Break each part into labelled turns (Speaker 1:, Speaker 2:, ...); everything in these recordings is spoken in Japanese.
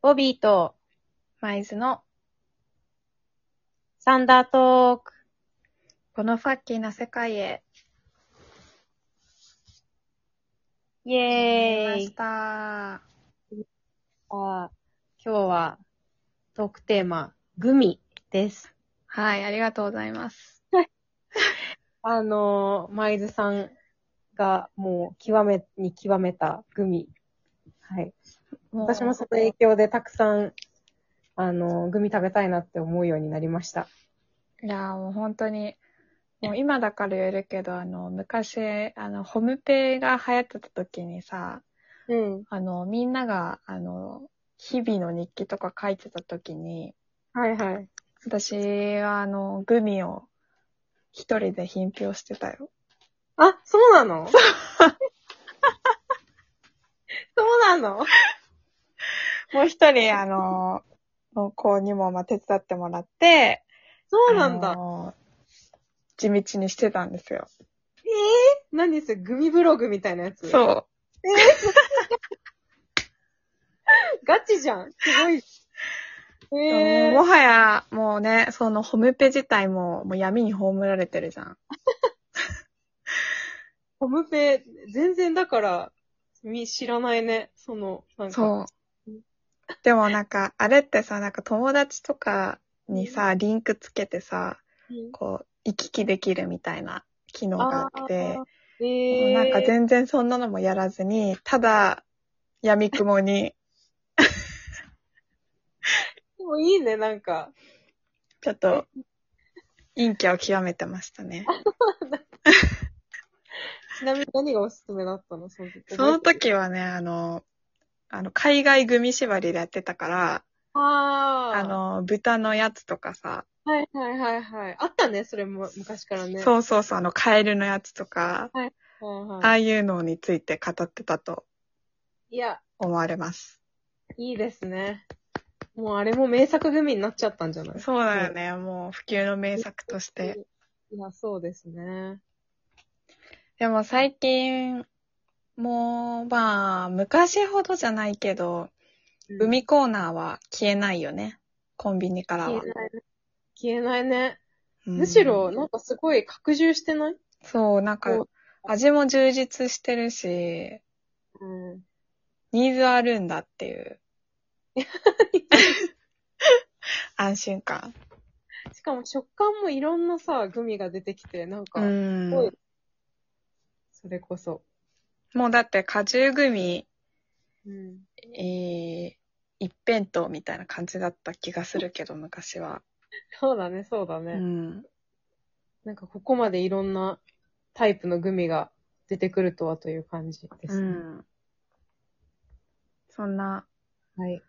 Speaker 1: ボビーとマイズのサンダートーク。このファッキーな世界へ。イェ
Speaker 2: え
Speaker 1: ー
Speaker 2: ま
Speaker 1: イ
Speaker 2: し。た。
Speaker 1: あー今日はトークテーマ、グミです。
Speaker 2: はい、ありがとうございます。
Speaker 1: あのー、マイズさんがもう極めに極めたグミ。はい。
Speaker 2: もう
Speaker 1: 私もその影響でたくさん、あのー、グミ食べたいなって思うようになりました。
Speaker 2: いやー、もう本当に、もう今だから言えるけど、あの、昔、あの、ホムペが流行ってた時にさ、
Speaker 1: うん。
Speaker 2: あの、みんなが、あの、日々の日記とか書いてた時に、
Speaker 1: はいはい。
Speaker 2: 私は、あの、グミを一人で品評してたよ。
Speaker 1: あ、そう なのそうなの
Speaker 2: もう一人、あの、の子にも、まあ、手伝ってもらって、
Speaker 1: そうなんだ
Speaker 2: あ。の地道にしてたんですよ。
Speaker 1: ええ何それグミブログみたいなやつう。
Speaker 2: そう。
Speaker 1: ガチじゃん。すごい。ええ
Speaker 2: もはや、もうね、そのホームペ自体も、もう闇に葬られてるじゃん。
Speaker 1: ホムペ、全然だから、み知らないね。その、なんか。
Speaker 2: そう。でもなんか、あれってさ、なんか友達とかにさ、リンクつけてさ、
Speaker 1: うん。
Speaker 2: こう、行き来できるみたいな機能があって、も
Speaker 1: え
Speaker 2: う
Speaker 1: え
Speaker 2: なんか全然そんなのもやらずに、ただ、闇雲に、
Speaker 1: でもいいね、なんか。
Speaker 2: ちょっと、陰キャを極めてましたね。
Speaker 1: ちなみに何がおすすめだったのその時。
Speaker 2: その時はね、あの、あの、海外組縛りでやってたから、
Speaker 1: ああ。
Speaker 2: あ、の、豚のやつとかさ、
Speaker 1: はいはいはいはい。あったね、それも昔からね。う。
Speaker 2: そうそうそう、あの、カエルのやつとか、
Speaker 1: はい
Speaker 2: あ
Speaker 1: は
Speaker 2: あいうのについて語ってたと
Speaker 1: い、いや、
Speaker 2: 思われます。
Speaker 1: いいですね。もうあれも名作グミになっちゃったんじゃない
Speaker 2: そうだよね、もう普及の名作として。。
Speaker 1: いや、そうですね。
Speaker 2: でも最近、もう、まあ、昔ほどじゃないけど、海コーナーは消えないよね。コンビニから
Speaker 1: 消
Speaker 2: は
Speaker 1: え。ないね。消えないね。
Speaker 2: うん
Speaker 1: むしろ、、なんかすごい拡充してない
Speaker 2: そう、なん
Speaker 1: そ
Speaker 2: か
Speaker 1: う、
Speaker 2: 味も充実してるし、
Speaker 1: うん。
Speaker 2: ニーズあるんだって いう。安心感。
Speaker 1: しかも食感もいろんなさ、グミが出てきて、なんか、
Speaker 2: ん
Speaker 1: すごい、それこそ。
Speaker 2: もうだって果汁グミ、
Speaker 1: うん。
Speaker 2: えー、一辺倒みたいな感じだった気がするけど、昔は。
Speaker 1: そうだね、そうだ
Speaker 2: う
Speaker 1: ね。
Speaker 2: ん。
Speaker 1: なんかここまでいろんなタイプのグミが出てくるとはという感じで
Speaker 2: う
Speaker 1: すね。
Speaker 2: ん。そんな、
Speaker 1: はい。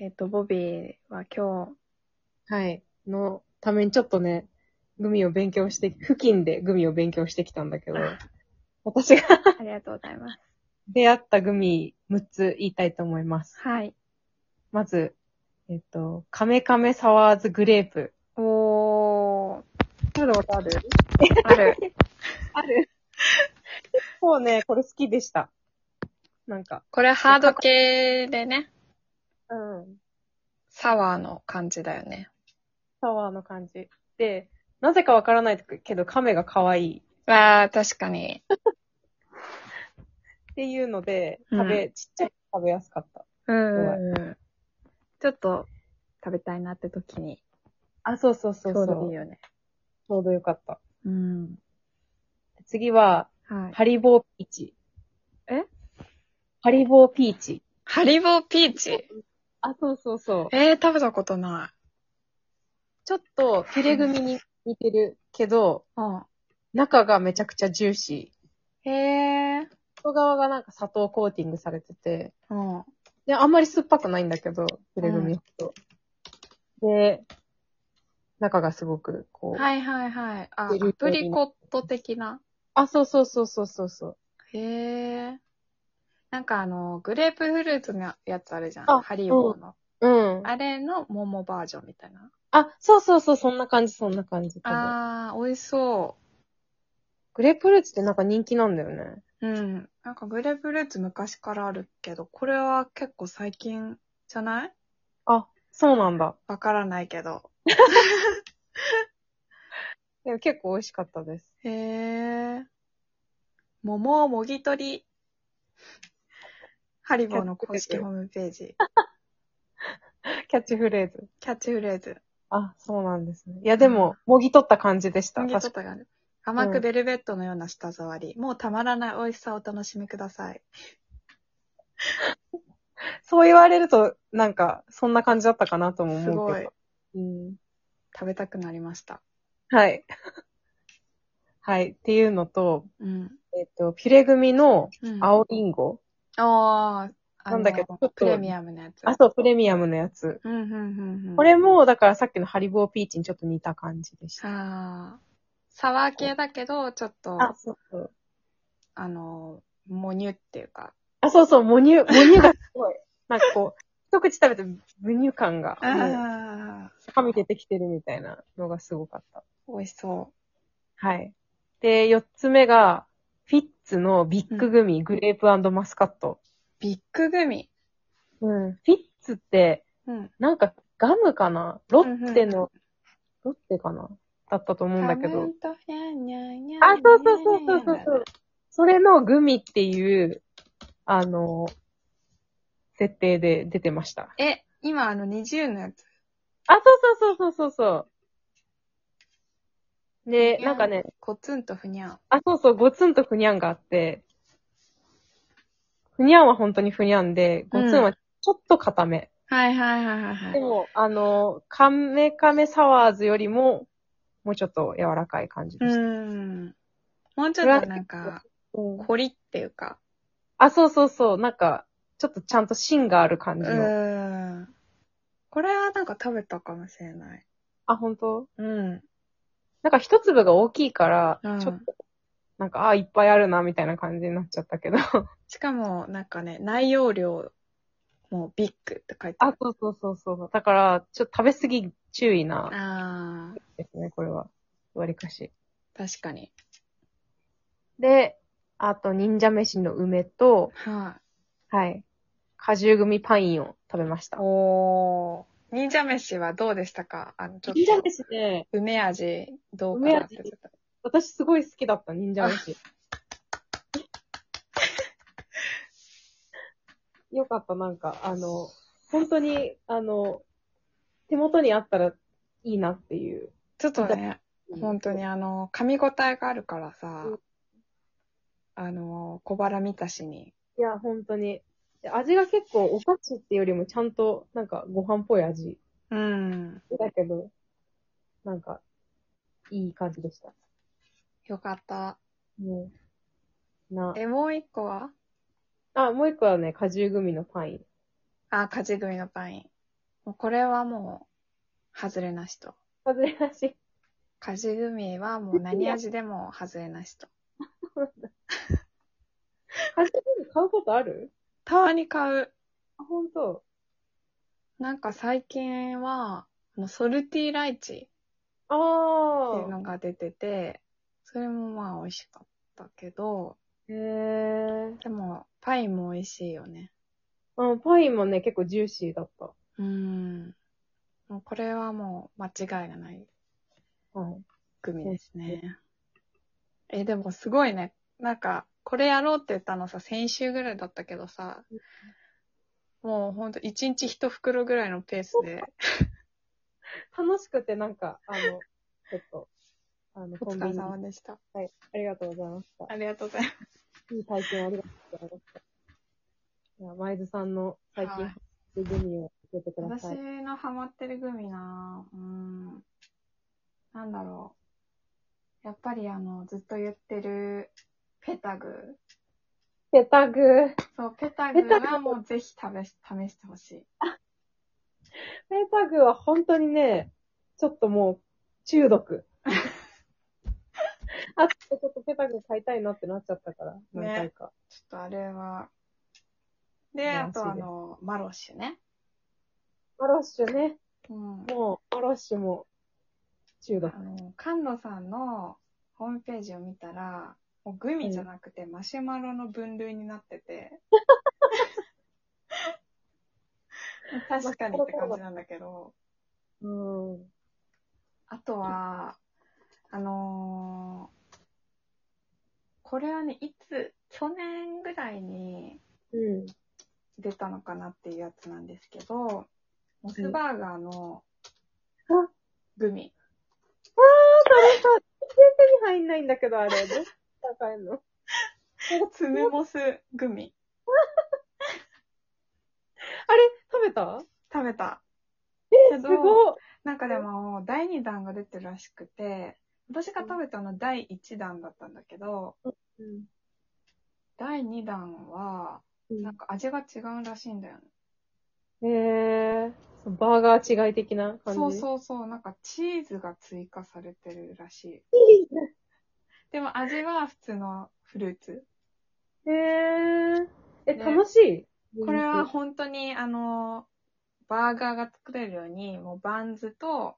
Speaker 2: えっ、と、ボビーは今日、
Speaker 1: はい。のためにちょっとね、グミを勉強して、付近でグミを勉強してきたんだけど、私が
Speaker 2: ありがとうござい ます。
Speaker 1: 出会ったグミ6つ言いたいと思います。
Speaker 2: はい。
Speaker 1: まず、えっと、カメカメサワーズグレープ。
Speaker 2: おー。
Speaker 1: 食べたことある
Speaker 2: あ る。
Speaker 1: ある。結構ね、これ好きでした。なんか。
Speaker 2: これハード系でね、
Speaker 1: うん。
Speaker 2: サワーの感じだよね。
Speaker 1: サワーの感じ。で、なぜかわからないけど、カメが可愛い。
Speaker 2: わー、確かに。
Speaker 1: っていうので、
Speaker 2: うん
Speaker 1: 食べ、ちっちゃい食べやすかった。
Speaker 2: うん。ちょっと、食べたいなって時に、
Speaker 1: あ、そうそうそ
Speaker 2: ち
Speaker 1: う
Speaker 2: ょ
Speaker 1: そうう。
Speaker 2: どいいよね。
Speaker 1: ちょうどよかった。
Speaker 2: うん。
Speaker 1: 次は、
Speaker 2: はい。
Speaker 1: ハリボーピーチ。
Speaker 2: え
Speaker 1: ハリボーピーチ。
Speaker 2: ハリボーピーチ。
Speaker 1: あ、そうそうそう。
Speaker 2: えー、食べたことな
Speaker 1: ちょっと、ピレ組に似てるけど、
Speaker 2: い。う
Speaker 1: 中がめちゃくちゃジューシー。
Speaker 2: ん。へえ。
Speaker 1: 外側がなんか砂糖コーティングされてて、
Speaker 2: うん。う
Speaker 1: で、あんまり酸っぱくないんだけど、ピレ組ほど。で、中がすごく、こう。
Speaker 2: はいはいはい。あ、ア
Speaker 1: グリコ
Speaker 2: プリコット的な。
Speaker 1: あ、そうそうそうそうそうそう。
Speaker 2: へえ。なんかあの、グレープフルーツのやつあるじゃん。
Speaker 1: あ
Speaker 2: ハリボーの。
Speaker 1: うん。
Speaker 2: あれの桃バージョンみたいな。
Speaker 1: あ、そうそうそう、そんな感じ、そんな感じ。多分
Speaker 2: あー、美味しそ
Speaker 1: グレープフルーツってなんか人気なんだよね。
Speaker 2: う。うん。なんかグレープフルーツ昔からあるけど、これは結構最近じじゃない
Speaker 1: あ、そうなんだ。
Speaker 2: わからないけど。
Speaker 1: でも結構美味しかったです。
Speaker 2: へえ。桃もぎ取り。ハリボーの公式ホームページ。
Speaker 1: キャッチフレーズ。
Speaker 2: キャッチフレーズ。
Speaker 1: あ、そうなんですね。いや、でも、もぎ取った感じでした。
Speaker 2: もぎ取っ
Speaker 1: 確か
Speaker 2: たがある甘くベルベットのような舌触り。もうたまらない美味しさをお楽しみください。
Speaker 1: そう言われると、なんか、そんな感じだったかなとも
Speaker 2: す
Speaker 1: 思う
Speaker 2: ご
Speaker 1: け
Speaker 2: い
Speaker 1: ど。。うん。
Speaker 2: 食べたくなりました。
Speaker 1: はい。はい。っていうのと、
Speaker 2: うん。
Speaker 1: えっ、と、ピュレ組の
Speaker 2: うん、
Speaker 1: 青リンゴ。
Speaker 2: ああ、
Speaker 1: なんだけどちょっと
Speaker 2: プレミアムのやつ。
Speaker 1: あ、そう、プレミアムのやつ。
Speaker 2: うん、うん、うんうん。
Speaker 1: これも、だからさっきのハリボーピーチにちょっと似た感じでした。
Speaker 2: ああ、サワー系だけど、ちょっと、
Speaker 1: あ
Speaker 2: あ、
Speaker 1: そうそう。
Speaker 2: の、モニュっていうか。
Speaker 1: あ、そうそう、母乳、母乳がすごい。 なんかこう、一口食べて母乳感が、もう、
Speaker 2: あ
Speaker 1: 噛み出てきてるみたいなのがすごかった。
Speaker 2: あ、美味しそ
Speaker 1: はい。で、四つ目が、フィッツのビッググミ、グレープマスカット。
Speaker 2: う。ビッググミ。
Speaker 1: うん。フィッツって、
Speaker 2: うん。
Speaker 1: なんか、ガムかなロッテの、ロッテかなだったと思うんだけど。あ、そうそうそうそうそうそう。それのグミっていう、あの、設定で出てました。
Speaker 2: え、今あの20のやつ。
Speaker 1: あ、そうそうそうそうそうそう。で、なんかね、
Speaker 2: コツンとふにゃん。
Speaker 1: あ、そうそう、ゴツンとフニャンがあって、フニャンは本当にフニャンで、ゴツンはちょっと固め。
Speaker 2: はいはいはいはいは
Speaker 1: で
Speaker 2: い。
Speaker 1: も、あの、カメカメサワーズよりも、もうちょっと柔らかい感じで
Speaker 2: う
Speaker 1: した。
Speaker 2: ん。もうちょっとなんか、
Speaker 1: うん
Speaker 2: コリっていうか。
Speaker 1: あ、そうそうそう。なんか、ちょっとちゃんと芯がある感
Speaker 2: う
Speaker 1: じの。
Speaker 2: ん。これはなんか食べたかもしれない。
Speaker 1: あ、本当？
Speaker 2: うん。
Speaker 1: なんか一粒が大きいから、
Speaker 2: うん
Speaker 1: ちょっと、なんか、あ、いっぱいあるな、みたいな感じになっちゃったけど。
Speaker 2: しかも、なんかね、内容量もビッグって書いてあ
Speaker 1: あ
Speaker 2: る。、
Speaker 1: そうそうそうそう。だから、ちょっと食べ過ぎ注意な、
Speaker 2: ああ
Speaker 1: ですね、これは。割かし。
Speaker 2: ー、確かに。
Speaker 1: で、あと、忍者飯の梅と、
Speaker 2: は
Speaker 1: はい。果汁組パインを食べまし
Speaker 2: い。
Speaker 1: た。
Speaker 2: おー。忍者飯はどうでしたかあの、ちょっ
Speaker 1: 忍者
Speaker 2: と、
Speaker 1: 飯ね、
Speaker 2: 梅味どうかなって
Speaker 1: 梅味
Speaker 2: ちょっと
Speaker 1: 私すごい好きだった、忍者飯。 よかった、なんか、あの、本当に、あの、手元にあったらいいなっていう。
Speaker 2: ちょっとね、本当にあの、噛み応えがあるからさ
Speaker 1: うん、
Speaker 2: あの、小腹満たしに。
Speaker 1: いや、本当に。で味が結構お菓子っていうよりもちゃんと、なんかご飯っぽい味
Speaker 2: うん。
Speaker 1: だけど、なんか、いい感じでした。
Speaker 2: よかった。
Speaker 1: もう、な。
Speaker 2: え、もう一個は
Speaker 1: あ、もう一個はね、果汁グミのパイン。
Speaker 2: あ、勝ち組のパイン。もうこれはもう、外れなしと。
Speaker 1: 外れなし。
Speaker 2: カジグミはもう何味でも外れなしと。
Speaker 1: 果汁グミ買うことある
Speaker 2: たまに買う。
Speaker 1: あ、本当。
Speaker 2: なんか最近は、もうソルティライチっていう
Speaker 1: ああ。
Speaker 2: のが出てて、それもまあ美味しかったけど、
Speaker 1: へえ。
Speaker 2: でもパインも美味しいよね。
Speaker 1: うん、パインもね、結構ジューシーだった。
Speaker 2: うん。もうこれはもう間違いがない
Speaker 1: はい。
Speaker 2: グミですね。え、でもすごいね。なんか、これやろうって言ったのさ、先週ぐらいだったけどさ、もうほんと1日1袋ぐらいのペースで
Speaker 1: 楽しくてなんか、あの、ちょっと、あの、
Speaker 2: お
Speaker 1: コン
Speaker 2: 疲
Speaker 1: ビ
Speaker 2: れ
Speaker 1: ニ。
Speaker 2: 様でした。
Speaker 1: はい。ありがとうございました。
Speaker 2: ありがとうございます。
Speaker 1: いい体験ありがとうございました。じゃあ、前津さんの最近、
Speaker 2: はい
Speaker 1: グミを教えてください。
Speaker 2: 私のハマってるグミなぁうーん。なんだろう。やっぱりあの、ずっと言ってる、ペタグ。
Speaker 1: ペタグ。
Speaker 2: そう、ペタグ
Speaker 1: ペタ
Speaker 2: はもうぜひ試し、試してほしい。
Speaker 1: ペタグは本当にね、ちょっともう、中 毒。あ、ちょっとペタグ買いたいなってなっちゃったから、何回か。
Speaker 2: ちょっとあれは。で、
Speaker 1: ね
Speaker 2: あとあの、マロッシュね。
Speaker 1: マロッシュね。
Speaker 2: うん。
Speaker 1: もう、マロッシュも、中毒
Speaker 2: あ。の、菅野さんのホームページを見たら、もうグミじゃなくてマシュ マロの分類になってて、確かにって感じなんだけど。
Speaker 1: うん。
Speaker 2: あとは、あのーこれはね、いつ、去年ぐらいに
Speaker 1: うん。
Speaker 2: 出たのかなっていうやつなんですけど、モスバーガーの
Speaker 1: あ
Speaker 2: グミ。
Speaker 1: それさ、全然手に入んないんだけど、あれ。どうしたら買えんの
Speaker 2: ツメモスグミ。
Speaker 1: 食べた
Speaker 2: 食べた。
Speaker 1: え
Speaker 2: けど
Speaker 1: っ
Speaker 2: なんかでも、第2弾が出てるらしくて、私が食べたのは第1弾だったんだけど、
Speaker 1: うん。
Speaker 2: 第2弾は、なんか味が違うらしいんだよね。
Speaker 1: へえー。バーガー違い的な感じ
Speaker 2: そうそうそう、なんかチーズが追加されてるらしい。でも味は普通のフルーツ。
Speaker 1: へえー。え、
Speaker 2: ね
Speaker 1: 楽しい
Speaker 2: これは、本当に、あの、バーガーが作れるように、もうバンズと、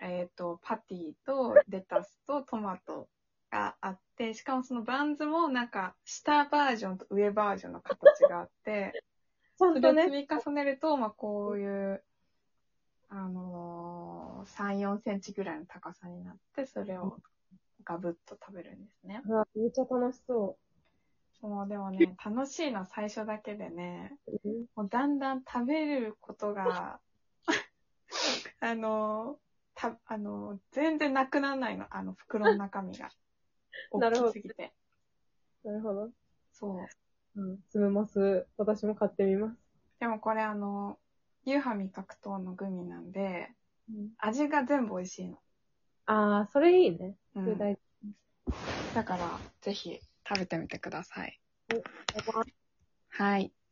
Speaker 2: えっ、と、パティと、レタスとトマトがあって、しかもそのバンズもなんか、下バージョンと上バージョンの形があって、
Speaker 1: ちゃ
Speaker 2: そ
Speaker 1: ん
Speaker 2: れ
Speaker 1: と
Speaker 2: を積
Speaker 1: ね。
Speaker 2: み重ねると、まあこういう、あのー3、4センチぐらいの高さになって、それをガブッと食べるんですね。
Speaker 1: うわめっちゃ楽しそ
Speaker 2: そう、でもね、楽しいのは最初だけでね、
Speaker 1: う。うん
Speaker 2: もうだんだん食べることが、あの、た、あの、全然なくならないの、あの、袋の中身が。
Speaker 1: な
Speaker 2: 大
Speaker 1: るほど
Speaker 2: きすぎて。
Speaker 1: なるほど。
Speaker 2: そう。
Speaker 1: うん。つむます。私も買ってみます。
Speaker 2: でもこれあの、ユーハ味覚糖のグミなんで、
Speaker 1: うん、
Speaker 2: 味が全部美味しいの。
Speaker 1: あー、それいいね。
Speaker 2: う
Speaker 1: それ
Speaker 2: ん、
Speaker 1: 大事。
Speaker 2: だから、ぜひ食べてみてください。はい。